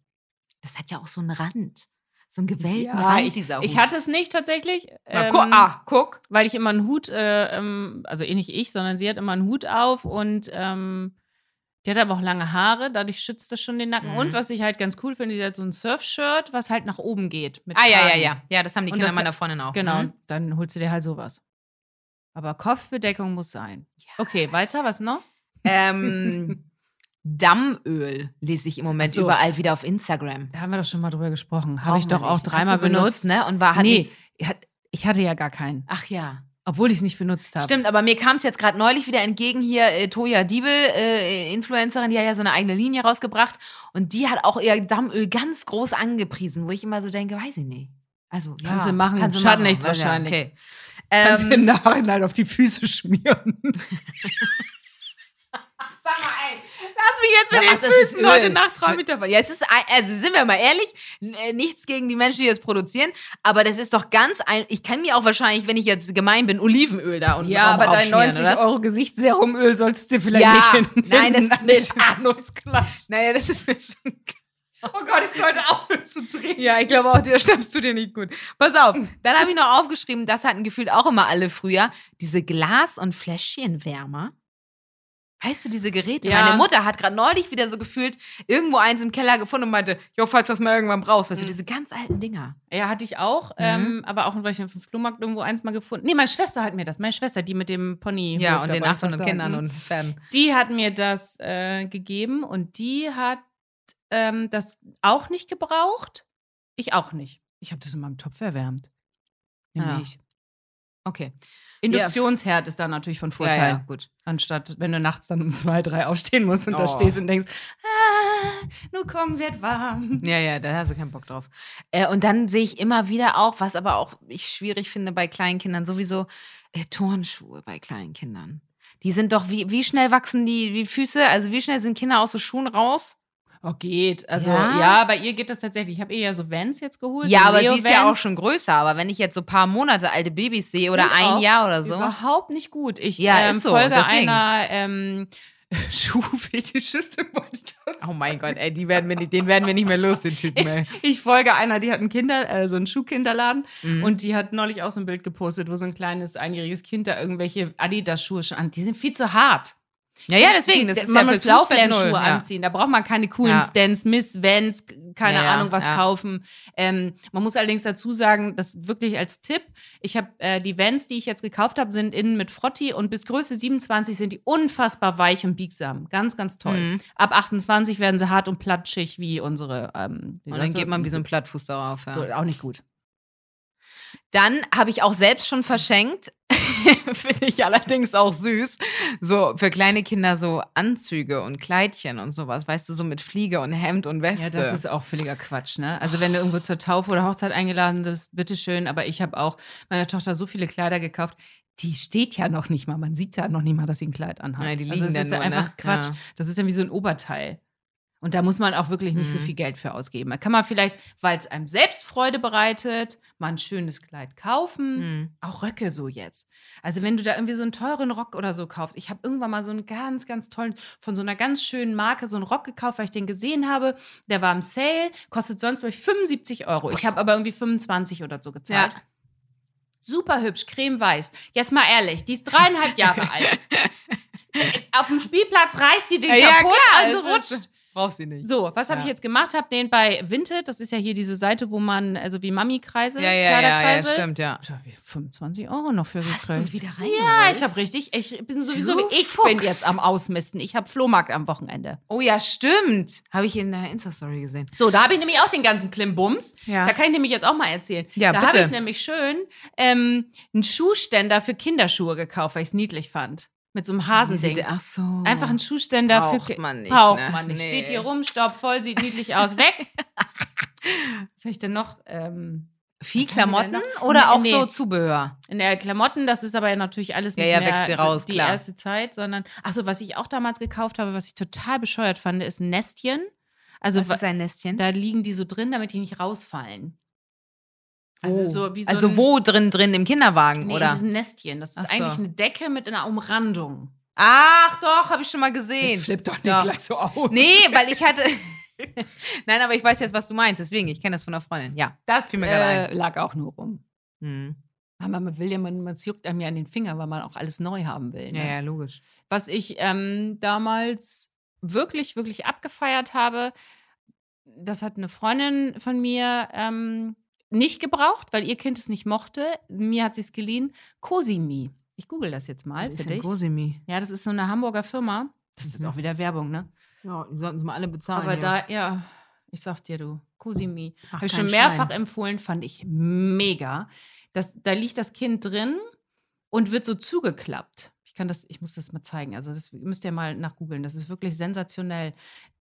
Das hat ja auch so einen Rand. So einen gewellten
Ja,
Rand,
ich,
dieser Hut.
ich hatte es nicht tatsächlich,
Na,
ähm,
gu ah, guck.
weil ich immer einen Hut, äh, ähm, also eh nicht ich, sondern sie hat immer einen Hut auf und ähm, die hat aber auch lange Haare, dadurch schützt das schon den Nacken.
Mhm.
Und was ich halt ganz cool finde, sie hat so ein Surfshirt, was halt nach oben geht. mit
Ah, ja, ja,
Kragen.
ja. Ja, das haben die
Und
Kinder
das-
meiner Freundin auch.
Genau,
Mhm.
dann holst du dir halt sowas. Aber Kopfbedeckung muss sein.
Ja.
Okay, weiter, was noch?
Ähm, Dammöl lese ich im Moment
Ach so.
überall wieder auf Instagram.
Da haben wir doch schon mal drüber gesprochen. Habe
Braucht
ich doch
man
auch
nicht. Hast
dreimal
du
benutzt. ne?
ne? Und war hat
Nee.
nichts-
Ich hat- Ich hatte ja gar keinen.
Ach ja.
Obwohl ich es nicht benutzt habe.
Stimmt, aber mir kam es jetzt gerade neulich wieder entgegen hier äh, Toya Diebel, äh, Influencerin, die hat ja so eine eigene Linie rausgebracht und die hat auch ihr Dammöl ganz groß angepriesen, wo ich immer so denke, weiß ich nicht. Also
Kannst
ja,
du machen,
kannst du
schadet
machen,
nichts
weiß ja,
wahrscheinlich.
Okay.
Kannst du
Ähm,
im Nachhinein auf die Füße schmieren.
Sag mal, ey, lass mich jetzt mit
Ja,
den
was, es ist
Füßen heute
Öl.
Nacht träume ich davon. Ja, es ist, ein- also sind wir mal ehrlich, n- äh, nichts gegen die Menschen, die das produzieren, aber das ist doch ganz ein, ich kann mir auch wahrscheinlich, wenn ich jetzt gemein bin, Olivenöl da und
Ja, aber dein
aufschmieren, oder?
90 Euro Gesichtsserumöl sollst du vielleicht
Ja,
nicht hin.
nein, das ist nicht-
Anusklatscht.
Naja, das ist mir schon
Oh Gott, ich sollte aufhören zu drehen.
Ja, ich glaube auch, dir schnappst du dir nicht gut. Pass auf, dann habe ich noch aufgeschrieben, das hatten gefühlt auch immer alle früher, diese Glas- und Fläschchenwärmer. Weißt du, diese Geräte?
Ja.
Meine Mutter hat gerade neulich wieder so gefühlt irgendwo eins im Keller gefunden und meinte, jo, falls du das mal irgendwann brauchst, weißt du,
Mhm.
diese ganz alten Dinger.
Ja, hatte ich auch,
Mhm.
ähm, aber auch in welchem Flohmarkt irgendwo eins mal gefunden. Nee, meine Schwester hat mir das. Meine Schwester, die mit dem Pony.
Ja,
Hof,
und
da
den
wollte ich was
800
sagen.
Kindern und Pferden.
Die hat mir das äh, gegeben und die hat ähm, das auch nicht gebraucht. Ich auch nicht. Ich habe das in meinem Topf erwärmt.
Ah.
Nämlich.
Okay.
Induktionsherd ist da natürlich von Vorteil.
Ja, ja, gut.
Anstatt, wenn du nachts dann um zwei, drei aufstehen musst und
Oh.
da stehst und denkst, ah, nur komm, wird warm.
Ja, ja, da hast du keinen Bock drauf. Äh, und dann sehe ich immer wieder auch, was aber auch ich schwierig finde bei kleinen Kindern, sowieso äh, Turnschuhe bei kleinen Kindern. Die sind doch, wie, wie schnell wachsen die, die Füße? Also wie schnell sind Kinder aus so Schuhen raus?
Oh, geht. Also,
Ja?
ja, bei ihr geht das tatsächlich. Ich habe ihr ja so Vans jetzt geholt.
ja,
so
aber sie ist ja
Leo-Vans.
auch schon größer. Aber wenn ich jetzt so paar Monate alte Babys sehe oder
Sind
ein
auch
Jahr oder so.
Überhaupt nicht gut. Ich
Ja,
ähm,
ist so,
folge
deswegen.
einer ähm, Schuhfetischistin, wollte ich gerade
Oh mein Gott, ey, die werden wir nicht, den werden wir nicht mehr los, den Typen, ey.
Ich folge einer, die hat einen Kinder, äh, so einen Schuhkinderladen
Mhm.
und die hat neulich auch so ein Bild gepostet, wo so ein kleines einjähriges Kind da irgendwelche Adidas-Schuhe schon an. Die sind viel zu hart.
Ja, ja, deswegen. Das
Die-
ist
man
ja
muss
fürs Fußball null,
Lauflernschuhe
ja.
anziehen. Da braucht man keine coolen
Ja.
Stan Smith, Vans, keine
Ja, ja,
Ahnung was
ja.
kaufen. Ähm, man muss allerdings dazu sagen, das wirklich als Tipp. Ich habe äh, die Vans, die ich jetzt gekauft habe, sind innen mit Frotti und bis Größe 27 sind die unfassbar weich und biegsam. Ganz, ganz toll.
Mhm.
Ab 28 werden sie hart und platschig wie unsere. Ähm,
Und dann geht man wie so ein Plattfuß darauf. Ja.
so, auch nicht gut.
Dann habe ich auch selbst schon verschenkt. Finde ich allerdings auch süß. So für kleine Kinder so Anzüge und Kleidchen und sowas. Weißt du, so mit Fliege und Hemd und Weste.
Ja, das ist auch völliger Quatsch, ne? Also wenn du irgendwo zur Taufe oder Hochzeit eingeladen bist, bitteschön, aber ich habe auch meiner Tochter so viele Kleider gekauft, die steht ja noch nicht mal, man sieht ja noch nicht mal, dass sie ein Kleid anhat.
Ja, die liegen
also das
dann
ist ja
nur, ne?
einfach Quatsch.
Ja.
Das ist ja wie so ein Oberteil. Und da muss man auch wirklich nicht so
Mhm.
viel Geld für ausgeben. Da kann man vielleicht, weil es einem selbst Freude bereitet, mal ein schönes Kleid kaufen.
Mhm.
Auch Röcke so jetzt. Also wenn du da irgendwie so einen teuren Rock oder so kaufst. Ich habe irgendwann mal so einen ganz, ganz tollen, von so einer ganz schönen Marke so einen Rock gekauft, weil ich den gesehen habe. Der war im Sale, kostet sonst glaube ich 75 Euro. Ich habe aber irgendwie 25 oder so gezahlt.
Ja.
Super hübsch, cremeweiß. Jetzt mal ehrlich, die ist dreieinhalb Jahre alt. Auf dem Spielplatz reißt die den
Ja, ja,
kaputt,
klar,
also
es ist-
rutscht.
Brauchst du nicht.
So, was habe
Ja.
ich jetzt gemacht? Habe den bei Vinted, das ist ja hier diese Seite, wo man, also wie Mami-Kreise,
ja, ja, ja, ja,
Kleiderkreise,
stimmt, ja.
da hab ich 25 Euro noch für gekriegt.
rein?
ja, ich habe richtig, ich bin sowieso,
Du
ich bin
Fuchs.
jetzt am Ausmisten. Ich habe Flohmarkt am Wochenende.
Oh ja, stimmt. Habe ich in der Insta-Story gesehen.
So, da habe ich nämlich auch den ganzen Klimbums.
Ja.
Da kann ich nämlich jetzt auch mal erzählen.
Ja,
da
bitte.
habe ich nämlich schön ähm, einen Schuhständer für Kinderschuhe gekauft, weil ich es niedlich fand. Mit so einem Hasending.
Ach so.
Einfach einen Schuhständer
Braucht
für Ki-
man nicht,
Braucht
ne?
man nicht.
Nee.
Steht hier rum, stopp, voll, sieht niedlich aus. Weg. Was habe ich denn noch? Ähm,
Viel
Was haben wir denn
Klamotten
noch?
oder auch
Nee.
so Zubehör?
In der Klamotten, das ist aber ja natürlich alles
Ja,
nicht
ja,
mehr
wächst sie raus,
die
klar.
erste Zeit, sondern achso, was ich auch damals gekauft habe, was ich total bescheuert fand, ist ein Nestchen. Also wa-
ein Nestchen?
da liegen die so drin, damit die nicht rausfallen.
Oh.
Also so wie so
also
ein,
wo drin drin im Kinderwagen
nee, in
oder?
diesem Nestchen. Das ist
Ach so.
eigentlich eine Decke mit einer Umrandung.
Ach doch, habe ich schon mal gesehen.
doch nicht
Ja.
so aus.
Nee, weil ich hatte. Nein, aber ich weiß jetzt, was du meinst. Deswegen, ich kenne das von einer Freundin. Ja.
das
fiel mir gerade
äh, lag auch nur rum.
Hm.
Aber man will ja, man, man juckt einem ja an den Finger, weil man auch alles neu haben will. Ne?
Ja, ja, logisch.
was ich ähm, damals wirklich, wirklich abgefeiert habe, das hat eine Freundin von mir ähm, nicht gebraucht, weil ihr Kind es nicht mochte. Mir hat sie es geliehen. Cosimi. Ich google das jetzt
Oh,
mal
Halt
für dich.
Cosimi.
Ja, das ist so eine Hamburger Firma. Das ist
Mhm.
auch wieder Werbung, ne?
Ja, die sollten sie mal alle bezahlen.
Aber da, ja, ich sag's dir, du, Cosimi.
Macht
Habe ich
keinen
schon mehrfach
Schwein.
empfohlen, fand ich mega. Das, da liegt das Kind drin und wird so zugeklappt. Ich kann das, ich muss das mal zeigen. Also das müsst ihr mal nachgoogeln. Das ist wirklich sensationell.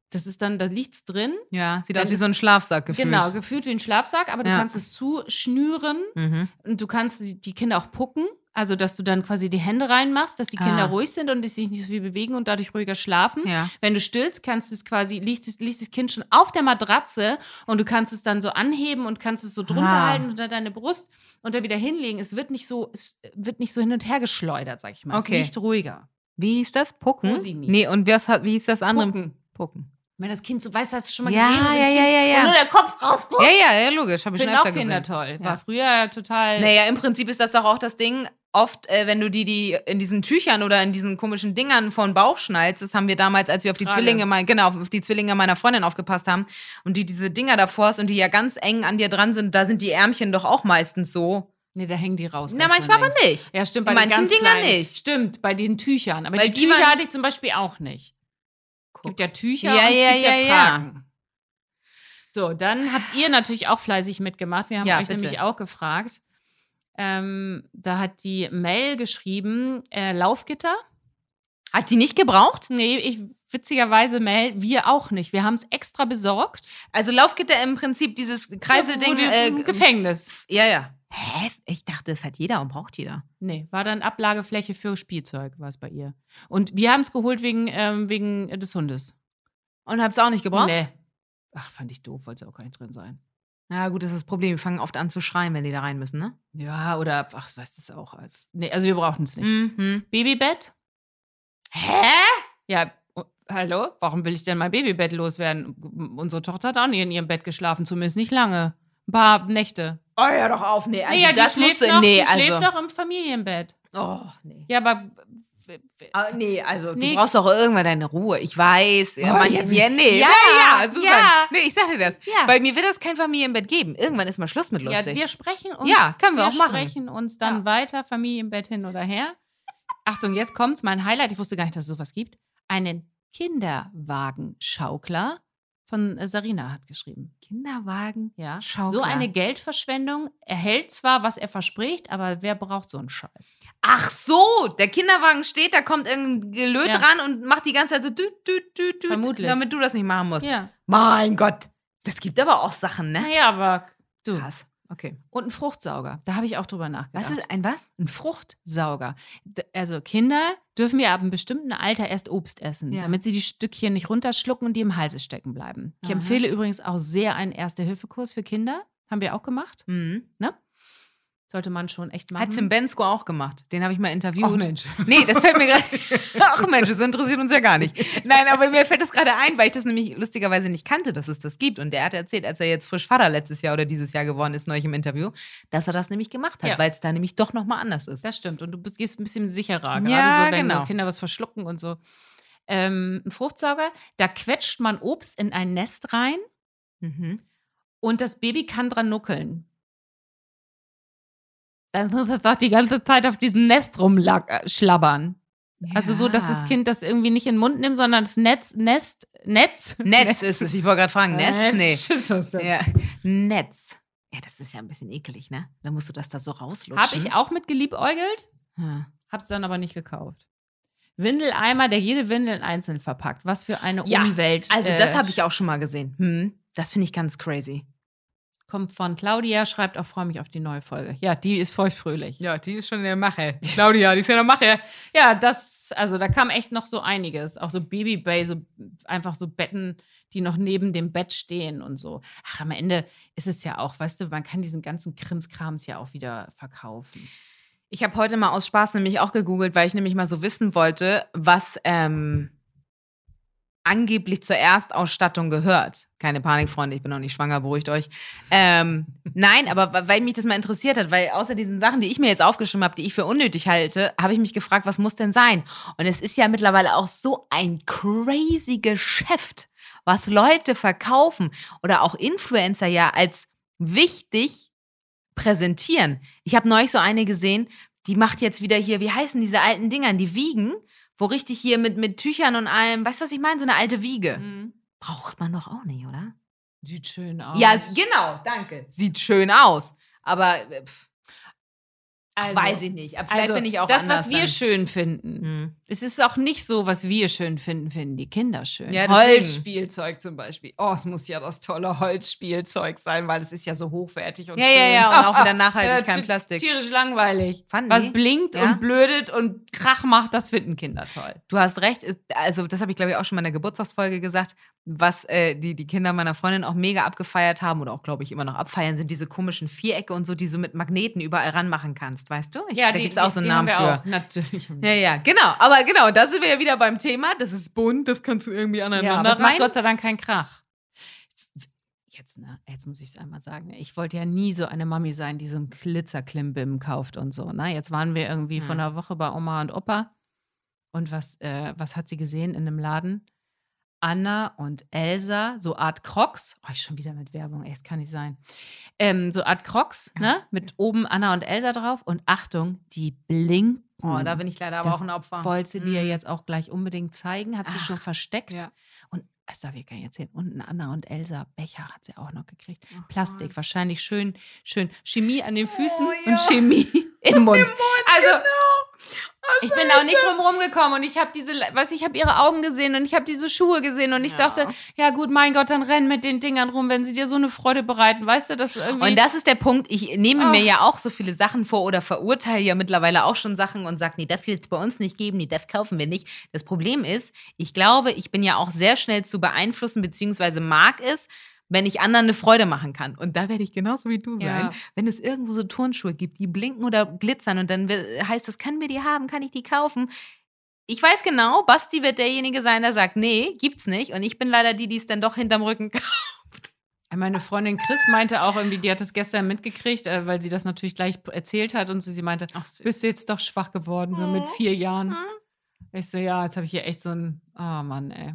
Das ist dann, da liegt's drin.
Ja, sieht
Wenn
aus wie
es-
so ein Schlafsack gefühlt.
Genau, gefühlt wie ein Schlafsack, aber du
Ja.
kannst es zuschnüren
Mhm.
und du kannst die die Kinder auch pucken. Also, dass du dann quasi die Hände reinmachst, dass die Kinder
Ah.
ruhig sind und die sich nicht so viel bewegen und dadurch ruhiger schlafen.
Ja.
Wenn du stillst, kannst du es quasi, liegt, das- liegt das Kind schon auf der Matratze und du kannst es dann so anheben und kannst es so drunter
Ah.
halten unter deine Brust und da wieder hinlegen. Es wird nicht so, es wird nicht so hin und her geschleudert, sag ich mal.
Okay.
Es liegt ruhiger.
Wie hieß das? Pucken?
Posimi.
Nee, und was, hat- wie hieß das andere?
Pucken.
Pucken.
Wenn das Kind so weiß, hast du schon mal
Ja,
gesehen. so ein
ja,
Kind,
ja, ja, ja.
wo Nur der Kopf rausguckt.
Ja, ja, ja, logisch. Habe ich schon
Finden auch
öfter
Kinder
gesehen.
toll.
Ja.
War früher total.
Naja, im Prinzip ist das doch auch das Ding. Oft, äh, wenn du die, die in diesen Tüchern oder in diesen komischen Dingern vor den Bauch schnallst, das haben wir damals, als wir auf die
Trage.
Zwillinge, mein, genau, auf die Zwillinge meiner Freundin aufgepasst haben und die diese Dinger davor hast und die ja ganz eng an dir dran sind, da sind die Ärmchen doch auch meistens so.
Nee, da hängen die raus.
Na,
rechts und
manchmal aber
links.
nicht.
Ja, stimmt, bei
Manchen
den ganz
Dingern
kleinen.
nicht.
Stimmt, bei den Tüchern. Aber
Weil
die
die
Tücher
waren-
hatte ich zum Beispiel auch nicht. Es gibt ja Tücher
Ja,
und es
ja,
gibt ja,
ja, ja.
Tragen. So, dann habt ihr natürlich auch fleißig mitgemacht. Wir haben
Ja,
euch
bitte.
nämlich auch gefragt. Ähm, da hat die Mel geschrieben, äh, Laufgitter.
Hat die nicht gebraucht?
Nee, ich witzigerweise Mel, wir auch nicht. Wir haben es extra besorgt.
Also Laufgitter im Prinzip dieses Kreiselding.
Wurde im
Äh,
Gefängnis.
ja, ja. Hä? Ich dachte, das hat jeder und braucht jeder.
Nee, war dann Ablagefläche für Spielzeug, war es bei ihr. Und wir haben es geholt wegen, ähm, wegen des Hundes.
Und hab's auch nicht gebraucht?
Nee. Ach, fand ich doof, wollte auch gar nicht drin sein.
Ja, gut, das ist das Problem. Die fangen oft an zu schreien, wenn die da rein müssen, ne?
Ja, oder, ach, was ist das auch? Nee, also wir brauchten es nicht.
Mhm.
Babybett? Hä? Ja, oh, hallo? Warum will ich denn mein Babybett loswerden? M- Unsere Tochter hat auch nie in ihrem Bett geschlafen, zumindest nicht lange. Ein paar Nächte.
Oh, ja, doch auf. Nee, also
nee, ja, die
das
schläft
musst du.
noch,
nee,
die
also.
schläft noch im Familienbett.
Oh, nee.
Ja, aber... w- w-
Ah, nee, also
Nee.
du brauchst doch irgendwann deine Ruhe. Ich weiß. Ja,
Oh,
manche,
jetzt-
ja, nee.
Ja,
ja, ja, Susan.
ja.
Nee, ich sag dir das.
Ja.
Bei mir wird das kein Familienbett geben. Irgendwann ist mal Schluss mit
Ja,
lustig.
wir sprechen uns.
Ja, können wir auch machen.
sprechen uns dann
Ja.
weiter, Familienbett hin oder her. Achtung, jetzt kommt's, mein Highlight. Ich wusste gar nicht, dass es sowas gibt. Einen Kinderwagenschaukler von äh, Sarina hat geschrieben.
Kinderwagen.
Ja.
Schaukler.
So eine Geldverschwendung. Er hält zwar, was er verspricht, aber wer braucht so einen Scheiß?
Ach so, der Kinderwagen steht, da kommt irgendein Gelöt
Ja.
ran und macht die ganze Zeit so düt, düt, düt, düt,
Vermutlich.
damit du das nicht machen musst.
Ja.
Mein Gott. Das gibt aber auch Sachen, ne?
Naja, aber du.
Krass. Okay.
Und ein Fruchtsauger. Da habe ich auch drüber nachgedacht.
Was ist ein was?
ein Fruchtsauger. D also Kinder dürfen ja ab einem bestimmten Alter erst Obst essen,
Ja.
damit sie die Stückchen nicht runterschlucken und die im Halse stecken bleiben. Ich
Aha.
empfehle übrigens auch sehr einen Erste-Hilfe-Kurs für Kinder. Haben wir auch gemacht.
Mhm.
Sollte man schon echt machen.
Hat Tim Bensko auch gemacht. Den habe ich mal interviewt.
Ach, Mensch.
Nee, das fällt mir gerade. Ach Mensch, das interessiert uns ja gar nicht. Nein, aber mir fällt das gerade ein, weil ich das nämlich lustigerweise nicht kannte, dass es das gibt. Und der hat erzählt, als er jetzt frisch Vater letztes Jahr oder dieses Jahr geworden ist, neulich im Interview, dass er das nämlich gemacht hat,
Ja.
weil es da nämlich doch nochmal anders ist.
Das stimmt. Und du bist, gehst ein bisschen sicherer. Gerade
Ja,
so, wenn
genau.
Kinder was verschlucken und so. Ähm, ein Fruchtsauger, da quetscht man Obst in ein Nest rein
Mhm.
und das Baby kann dran nuckeln. Dann muss es auch die ganze Zeit auf diesem Nest rumschlabbern. Also so, dass das
Ja.
Kind das irgendwie nicht in den Mund nimmt, sondern das Netz, Nest, Netz.
Netz ist es, ich wollte gerade fragen. Netz?
Netz.
Nee.
Nee.
Ja. Netz. Ja, das ist ja ein bisschen ekelig, ne? Dann musst du das da so rauslutschen.
Habe ich auch mit geliebäugelt,
Hm.
hab's dann aber nicht gekauft. Windeleimer, der jede Windel einzeln verpackt. Was für eine
Ja,
Umwelt. äh,
Also, das habe ich auch schon mal gesehen. Hm. Das finde ich ganz crazy.
Kommt von Claudia, schreibt auch, freue mich auf die neue Folge. Ja, die ist feuchtfröhlich.
Ja, die ist schon in der Mache. Claudia, die ist in der Mache.
Ja, das, also da kam echt noch so einiges. Auch so Babybay, so einfach so Betten, die noch neben dem Bett stehen und so. Ach, am Ende ist es ja auch, weißt du, man kann diesen ganzen Krimskrams ja auch wieder verkaufen.
Ich habe heute mal aus Spaß nämlich auch gegoogelt, weil ich nämlich mal so wissen wollte, was ähm, angeblich zur Erstausstattung gehört. Keine Panik, Freunde, ich bin noch nicht schwanger, beruhigt euch. Ähm, nein, aber wa- weil mich das mal interessiert hat, weil außer diesen Sachen, die ich mir jetzt aufgeschrieben habe, die ich für unnötig halte, habe ich mich gefragt, was muss denn sein? Und es ist ja mittlerweile auch so ein crazy Geschäft, was Leute verkaufen oder auch Influencer ja als wichtig präsentieren. Ich habe neulich so eine gesehen, die macht jetzt wieder hier, wie heißen diese alten Dingern, die wiegen, wo richtig hier mit, mit Tüchern und allem, weißt du, was ich meine? So eine alte Wiege.
Mhm.
Braucht man doch auch nicht, oder?
Sieht schön aus.
Ja, s- genau, danke. Sieht schön aus. Aber äh, pff,
Also,
Weiß ich nicht. Aber vielleicht
also,
bin ich auch
das,
anders
was wir
dann.
schön finden.
Hm.
Es ist auch nicht so, was wir schön finden, finden die Kinder schön.
Ja, deswegen.
Holzspielzeug zum Beispiel. Oh, es muss ja das tolle Holzspielzeug sein, weil es ist ja so hochwertig und
Ja,
schön.
ja, ja. Und auch wieder
Äh,
nachhaltig,
ti-
kein Plastik.
Tierisch langweilig.
Fanden
was
die?
blinkt
Ja.
und blödet und Krach macht, das finden Kinder toll.
Du hast recht, ist- also das habe ich glaube ich auch schon mal in der Geburtstagsfolge gesagt, was äh, die, die Kinder meiner Freundin auch mega abgefeiert haben oder auch glaube ich immer noch abfeiern, sind diese komischen Vierecke und so, die du mit Magneten überall ranmachen kannst, weißt du? Ich, da
die-
gibt es auch so einen
die
Namen
haben wir
für.
Auch. Natürlich.
Ja, ja, genau. Aber genau, da sind wir ja wieder beim Thema. Das ist bunt, das kannst du irgendwie
Ja,
aneinander
aber es macht
rein.
Gott sei Dank keinen Krach. Jetzt, ne, jetzt muss ich es einmal sagen. ne, Ich wollte ja nie so eine Mami sein, die so einen Glitzerklimbim kauft und so. Ne? Jetzt waren wir irgendwie
Hm.
von einer Woche bei Oma und Opa. Und was, äh, was hat sie gesehen in einem Laden? Anna und Elsa, so Art Crocs. Oh, ich schon wieder mit Werbung, ey, das kann nicht sein. Ähm, so Art Crocs, ne? Mit oben Anna und Elsa drauf. Und Achtung, die blinken.
Oh, da bin ich leider aber
Das
auch ein Opfer.
Wollte sie dir
Mm.
jetzt auch gleich unbedingt zeigen, hat sie schon versteckt.
ja.
Und das darf ich gar nicht erzählen. Und Anna und Elsa Becher hat sie auch noch gekriegt.
Ach,
Plastik,
Oh Gott. Oh
wahrscheinlich schön, schön. Chemie an den Füßen
ja. genau.
und Chemie im Mund. also, ich bin auch nicht drum rumgekommen und ich habe diese, was ich habe ihre Augen gesehen und ich habe diese Schuhe gesehen und ich
Ja.
dachte, ja gut, mein Gott, dann renn mit den Dingern rum, wenn sie dir so eine Freude bereiten, weißt du, das irgendwie.
Und das ist der Punkt, ich nehme
Oh.
mir ja auch so viele Sachen vor oder verurteile ja mittlerweile auch schon Sachen und sage, nee, das wird es bei uns nicht geben, nee, das kaufen wir nicht. Das Problem ist, ich glaube, ich bin ja auch sehr schnell zu beeinflussen, beziehungsweise mag es, wenn ich anderen eine Freude machen kann. Und da werde ich genauso wie du
Ja.
sein. Wenn es irgendwo so Turnschuhe gibt, die blinken oder glitzern und dann we- heißt das, können wir die haben, kann ich die kaufen? Ich weiß genau, Basti wird derjenige sein, der sagt, nee, gibt's nicht. Und ich bin leider die, die es dann doch hinterm Rücken kauft.
Meine Freundin Chris meinte auch irgendwie, die hat es gestern mitgekriegt, äh, weil sie das natürlich gleich erzählt hat und sie, sie meinte, bist du jetzt doch schwach geworden so mit
Mhm.
vier Jahren.
Mhm.
Ich so, ja, jetzt habe ich hier echt so ein, oh Mann, ey.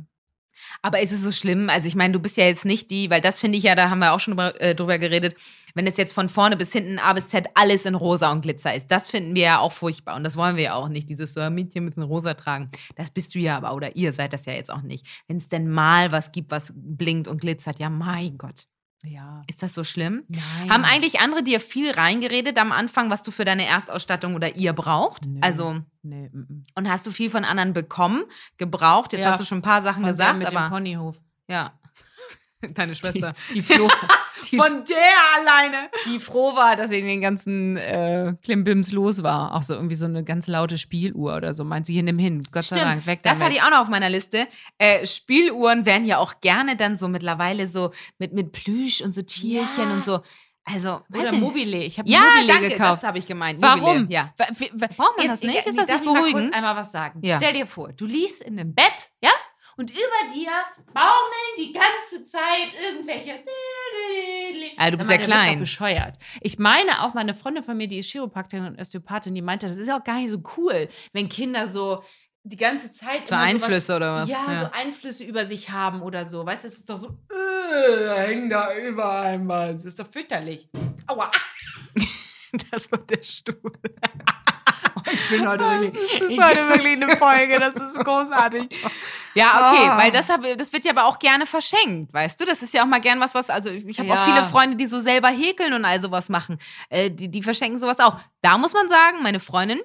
Aber ist es so schlimm? Also ich meine, du bist ja jetzt nicht die, weil das finde ich ja, da haben wir auch schon drüber, äh, drüber geredet, wenn es jetzt von vorne bis hinten A bis Z alles in rosa und Glitzer ist. Das finden wir ja auch furchtbar und das wollen wir ja auch nicht, dieses so, Mädchen müssen rosa tragen. Das bist du ja aber, oder ihr seid das ja jetzt auch nicht. Wenn es denn mal was gibt, was blinkt und glitzert, ja mein Gott,
Ja.
ist das so schlimm?
Nein.
Haben eigentlich andere dir viel reingeredet am Anfang, was du für deine Erstausstattung oder ihr braucht?
Nö.
Also,
Nee, mm, mm.
und hast du viel von anderen bekommen, gebraucht? Jetzt
Ja,
hast du schon ein paar Sachen
Von der
gesagt,
mit
aber.
dem Ponyhof.
Ja. Deine Schwester.
Die, die, froh, die,
der alleine.
die froh war, dass sie in den ganzen äh, Klimbims los war. Auch so irgendwie so eine ganz laute Spieluhr oder so. Meint sie, hier nimm hin. Gott sei
Stimmt,
Dank, weg
Das hatte
damit.
ich auch noch auf meiner Liste. Äh, Spieluhren werden ja auch gerne dann so mittlerweile so mit, mit Plüsch und so Tierchen
Ja.
und so. Also, weiß
oder
ich nicht.
Mobile. Ich habe
Ja,
Mobile
danke,
gekauft.
das habe ich gemeint.
Warum?
Mobile, Ja.
Wa- wi- wa-
Braucht man
Jetzt-
das nicht?
nee,
Ist das nicht
darf ich mal kurz
beruhigend?
einmal was sagen?
Ja.
Stell dir vor, du liegst in einem Bett, ja? Und über dir baumeln die ganze Zeit irgendwelche.
Ah, du bist
Sag mal,
ja klein.
doch bescheuert. Ich meine auch meine Freundin von mir, die ist Chiropraktin und Osteopathin, die meinte, das ist auch gar nicht so cool, wenn Kinder so die ganze Zeit
So
immer
Einflüsse oder was?
sowas, ja,
Ja.
so Einflüsse über sich haben oder so. Weißt du, das ist doch so, äh, häng da überall mal. Das ist doch fürchterlich. Aua.
Das war der Stuhl.
Ich bin heute wirklich. Ich-
wirklich eine Folge, das ist großartig. Oh. Ja, okay,
Ah.
weil das, hab, das wird ja aber auch gerne verschenkt, weißt du? Das ist ja auch mal gern was, was, also ich habe
Ja.
auch viele Freunde, die so selber häkeln und all sowas machen. Äh, die, die verschenken sowas auch. Da muss man sagen, meine Freundin,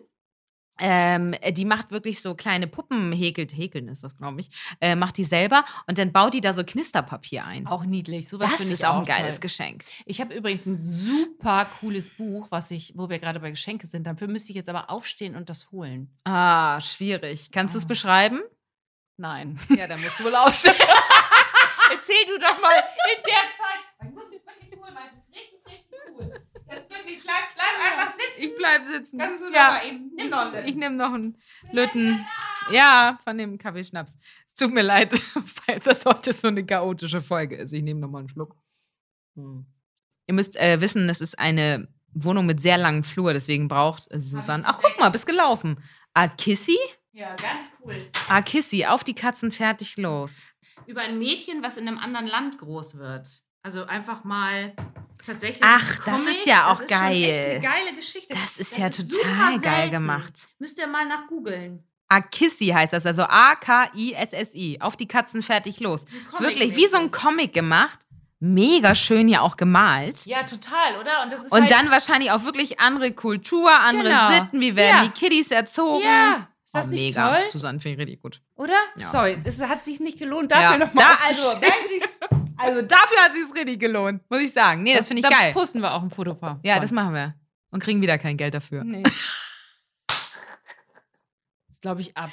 ähm, die macht wirklich so kleine Puppen, häkelt, häkeln ist das, glaube ich, äh, macht die selber und dann baut die da so Knisterpapier ein.
Auch niedlich. Sowas
Oh, das
finde
ist
ich
auch ein geiles
Toll.
Geschenk.
Ich habe übrigens ein super cooles Buch, was ich, wo wir gerade bei Geschenke sind. Dafür müsste ich jetzt aber aufstehen und das holen.
Ah, schwierig. Kannst du es
Ah.
beschreiben?
Nein.
Ja, dann musst du wohl aufstehen.
Erzähl du doch mal in der Zeit. Ich muss es wirklich holen, weil es ist richtig, richtig cool. Das ist wirklich, bleib, bleib einfach sitzen.
Ich bleib sitzen.
Kannst du noch mal eben. Genau. Nimm
Ich,
noch einen.
ich nehme noch einen Lütten. Ja, von dem Kaffeeschnaps. Es tut mir leid, falls das heute so eine chaotische Folge ist. Ich nehme noch mal einen Schluck. Hm. Ihr müsst äh, wissen, das ist eine Wohnung mit sehr langem Flur, deswegen braucht äh, Susanne. Ach, guck mal, bist gelaufen. Ah, Kissy?
Ja, ganz cool.
Ah, Kissy, auf die Katzen, fertig, los.
Über ein Mädchen, was in einem anderen Land groß wird. Also einfach mal tatsächlich.
Ach,
ein
das
Comic.
ist ja auch
das ist schon echt
geil.
eine geile Geschichte.
Das ist ja
super
total geil
selten.
gemacht.
Müsst ihr mal nach googeln.
Ah, Kissy heißt das, also A-K-I-S-S-I. Auf die Katzen, fertig, los.
Ein Comic
Wirklich, wie so ein
mäßig.
Comic gemacht. mega schön ja auch gemalt.
Ja, total, oder? Und das ist
Und
halt,
dann wahrscheinlich auch wirklich andere Kultur, andere
Genau.
Sitten, wie werden
Ja.
die Kiddies erzogen.
Ja, ist das
oh,
nicht
mega.
toll?
Susanne finde ich richtig gut.
Oder?
Ja.
Sorry, es hat sich nicht gelohnt,
Ja,
dafür nochmal
da-
aufzustehen.
also, merken Also dafür hat sie es richtig gelohnt, muss ich sagen. Nee, das, finde ich
da
geil.
posten wir auch ein Foto von.
Ja, das machen wir. Und kriegen wieder kein Geld dafür.
Nee. Ist, glaube ich, ab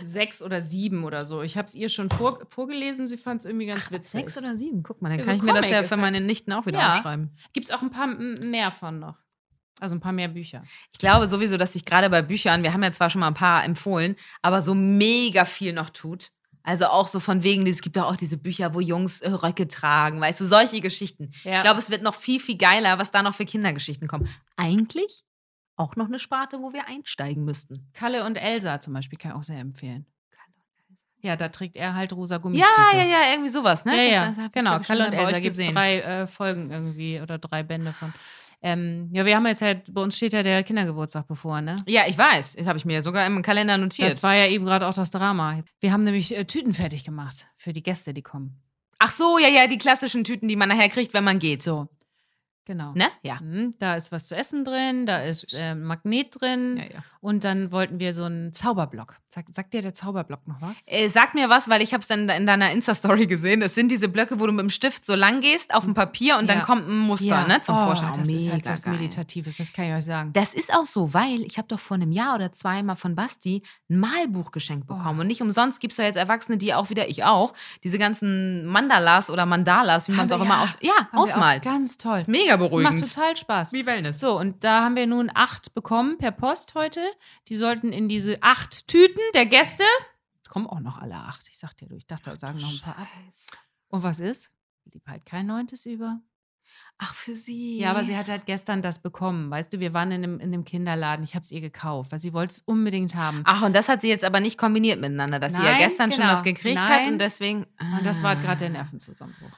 sechs oder sieben oder so. Ich habe es ihr schon vor, vorgelesen, sie fand es irgendwie ganz witzig.
Sechs oder sieben, guck mal, dann
Ja,
kann ich
so
mir das
Comic
ja
ist
für
halt-
meine Nichten auch wieder
Ja.
aufschreiben.
Gibt es auch ein paar m- mehr von noch. Also ein paar mehr Bücher.
Ich glaube sowieso, dass sich gerade bei Büchern, wir haben ja zwar schon mal ein paar empfohlen, aber so mega viel noch tut. Also auch so von wegen, es gibt ja auch diese Bücher, wo Jungs äh, Röcke tragen, weißt du, solche Geschichten.
Ja.
Ich glaube, es wird noch viel, viel geiler, was da noch für Kindergeschichten kommen. Eigentlich auch noch eine Sparte, wo wir einsteigen müssten.
Kalle und Elsa zum Beispiel kann ich auch sehr empfehlen. Ja, da trägt er halt rosa
Ja,
Gummistiefel.
ja, ja, irgendwie sowas, ne?
Ja,
Das-
ja.
das hab ich,
genau.
glaub ich, schon
Kalle und
bei euch
Elsa gibt es drei äh, Folgen irgendwie oder drei Bände von. Ähm, ja, wir haben jetzt halt, bei uns steht ja der Kindergeburtstag bevor, ne?
Ja, ich weiß. Das habe ich mir sogar im Kalender notiert.
Das war ja eben gerade auch das Drama. Wir haben nämlich äh, Tüten fertig gemacht für die Gäste, die kommen.
Ach so, ja, ja, die klassischen Tüten, die man nachher kriegt, wenn man geht.
So. Genau.
Ne? Ja.
Mhm, Da ist was zu essen drin, da ist
Süß.
äh, ein Magnet drin
ja, ja.
und dann wollten wir so einen Zauberblock. Sag, sagt dir der Zauberblock noch was?
Äh, sag mir was, weil ich habe es dann in deiner Insta-Story gesehen. Das sind diese Blöcke, wo du mit dem Stift so lang gehst auf dem Papier und
Ja.
dann kommt ein Muster ne, zum
oh,
Vorschein. Oh,
Das ist halt
mega
was
geil.
Meditatives, das kann ich euch sagen.
Das ist auch so, weil ich habe doch vor einem Jahr oder zweimal von Basti ein Malbuch geschenkt bekommen.
Oh.
Und nicht umsonst gibt es ja jetzt Erwachsene, die auch wieder, ich auch, diese ganzen Mandalas oder Mandalas, wie man
Haben
es
wir-
auch immer
ja,
aus, ja,
Haben wir auch
ausmalt.
Ganz toll.
Ist mega
Macht
beruhigend.
total Spaß.
Wie Wellness.
So, und da haben wir nun acht bekommen per Post heute. Die sollten in diese acht Tüten der Gäste. Jetzt kommen auch noch alle acht. Ich sag dir, du, ich dachte, da sagen noch ein paar ab. Und was ist? Blieb halt kein neuntes über.
Ach, für sie.
Ja, aber sie hat halt gestern das bekommen. Weißt du, wir waren in einem, in einem Kinderladen. Ich habe es ihr gekauft, weil sie wollte es unbedingt haben.
Ach, und das hat sie jetzt aber nicht kombiniert miteinander, dass sie ja
Nein,
gestern schon
genau.
was gekriegt hat
Nein.
und deswegen.
Und das war
Ah.
gerade der Nervenzusammenbruch.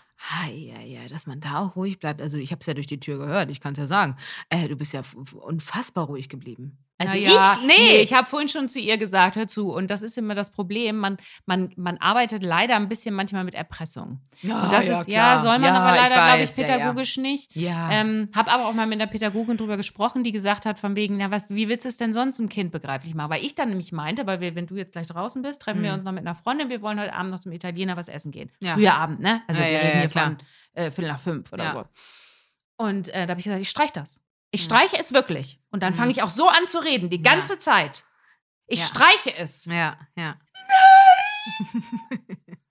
Ei, ei, ei, dass man da auch ruhig bleibt. Also ich habe es ja durch die Tür gehört, ich kann es ja sagen. Äh, du bist ja f- f- unfassbar ruhig geblieben. Also
Naja,
ich, nee.
Ich habe vorhin schon zu ihr gesagt, hör zu. Und das ist immer das Problem. Man, man, man arbeitet leider ein bisschen manchmal mit Erpressung.
Ah, ja,
Und das ist, ja,
klar.
soll man
Ja,
aber leider, glaube ich,
weiß, ja, ja.
pädagogisch nicht.
Ja.
Ähm, habe aber auch mal mit einer Pädagogin drüber gesprochen, die gesagt hat, von wegen, na, was, wie willst du es denn sonst dem Kind begreiflich machen? Weil ich dann nämlich meinte, weil wir, wenn du jetzt gleich draußen bist, treffen wir
Mhm.
uns noch mit einer Freundin, wir wollen heute Abend noch zum Italiener was essen gehen.
Ja.
Früher Abend, ne? Also
Ja,
wir
ja,
reden
ja,
hier
klar.
von äh, Viertel nach fünf oder
Ja.
so. Und äh, da habe ich gesagt, ich streiche das. Ich
Mhm.
streiche es wirklich. Und dann
Mhm.
fange ich auch so an zu reden, die
Ja.
ganze Zeit. Ich
Ja.
streiche es.
ja, ja.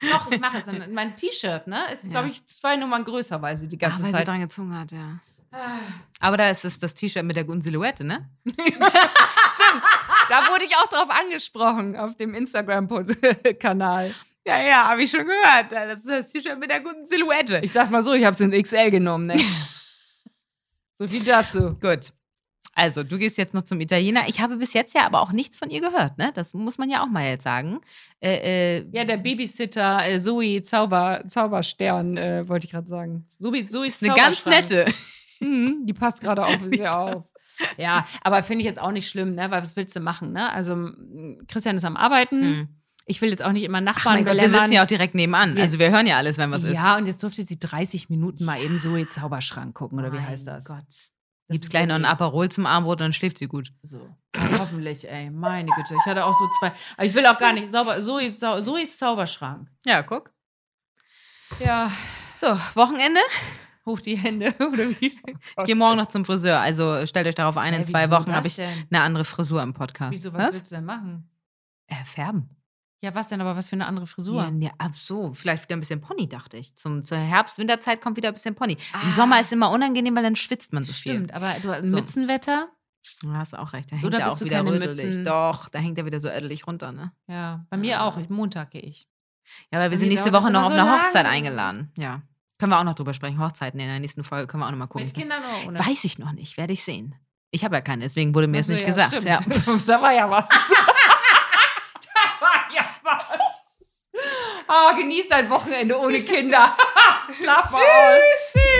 Noch, ich mache es. Und Mein T-Shirt, ne? Ist,
Ja.
glaube ich, zwei Nummern größer, weil sie die
Ach,
ganze
weil sie
Zeit.
dran gezogen hat, ja. Ah. Aber da ist es das T-Shirt mit der guten Silhouette, ne?
Stimmt. Da wurde ich auch drauf angesprochen auf dem Instagram-Kanal.
Ja, ja, habe ich schon gehört. Das ist das T-Shirt mit der guten Silhouette.
Ich sag mal so, ich habe es in XL genommen. Ne? so viel dazu.
Gut. Also, du gehst jetzt noch zum Italiener. Ich habe bis jetzt ja aber auch nichts von ihr gehört, ne? Das muss man ja auch mal jetzt sagen. Äh, äh,
Ja, der Babysitter äh, Zoe Zauber, Zauberstern, äh, wollte ich gerade sagen. Zoe, Zoe
ist eine ganz nette.
Mhm, die passt gerade auf sie auf. Ja, aber finde ich jetzt auch nicht schlimm, ne? Weil was willst du machen, ne? Also m, Christian ist am Arbeiten. Ich will jetzt auch nicht immer
Ach
Nachbarn
Hm. mein Gott, wir
belämmern.
sitzen ja auch direkt nebenan.
Wir-
Also wir hören ja alles, wenn was ist.
ja, und jetzt durfte sie 30 Minuten mal eben Zoe Zauberschrank gucken, oder wie
Mein
heißt das?
Gott.
Das
Gibt's
ist
gleich noch ein
irgendwie-
Aperol zum Abendbrot, dann schläft sie gut.
So. Hoffentlich, ey. Meine Güte. Ich hatte auch so zwei. Aber ich will auch gar nicht. Sauber, so ist, Sau- so ist Zauberschrank.
Ja, guck.
Ja.
So, Wochenende.
Hoch die Hände, oder wie?
Ich gehe morgen noch zum Friseur. Also stellt euch darauf ein, in zwei Wochen habe ich
Denn?
eine andere Frisur im Podcast.
Wieso, was, willst du denn machen?
Äh, färben.
Ja, was denn, aber was für eine andere Frisur?
Ja, nee, ab so. Vielleicht wieder ein bisschen Pony, dachte ich. Zum, zur Herbst-Winterzeit kommt wieder ein bisschen Pony.
Ah.
Im Sommer ist immer unangenehm, weil dann schwitzt man so
Stimmt, aber du
So.
Mützenwetter?
viel. Ja, hast auch recht. Da hängt
Oder
er
bist
auch
du
wieder
keine
rödelig.
Mützen-
Doch, da hängt er wieder so ödelig runter, ne?
Ja, bei mir
Ah.
auch. Ich- Montag gehe ich.
Ja, weil wir
Bei
sind
mir
nächste
dauert
Woche
das
noch
immer
auf
so
eine Hochzeit
lange.
eingeladen. Ja. Können wir auch noch drüber sprechen. Hochzeiten in der nächsten Folge können wir auch noch mal gucken.
Mit Kindern oder ohne?
Weiß ich noch nicht, werde ich sehen. Ich habe ja keine, deswegen wurde mir
Ach so,
das nicht
ja,
gesagt. Ja.
stimmt. da war ja was. da war ja was. Ah, genieß dein Wochenende ohne Kinder. Schlaf mal aus. Tschüss.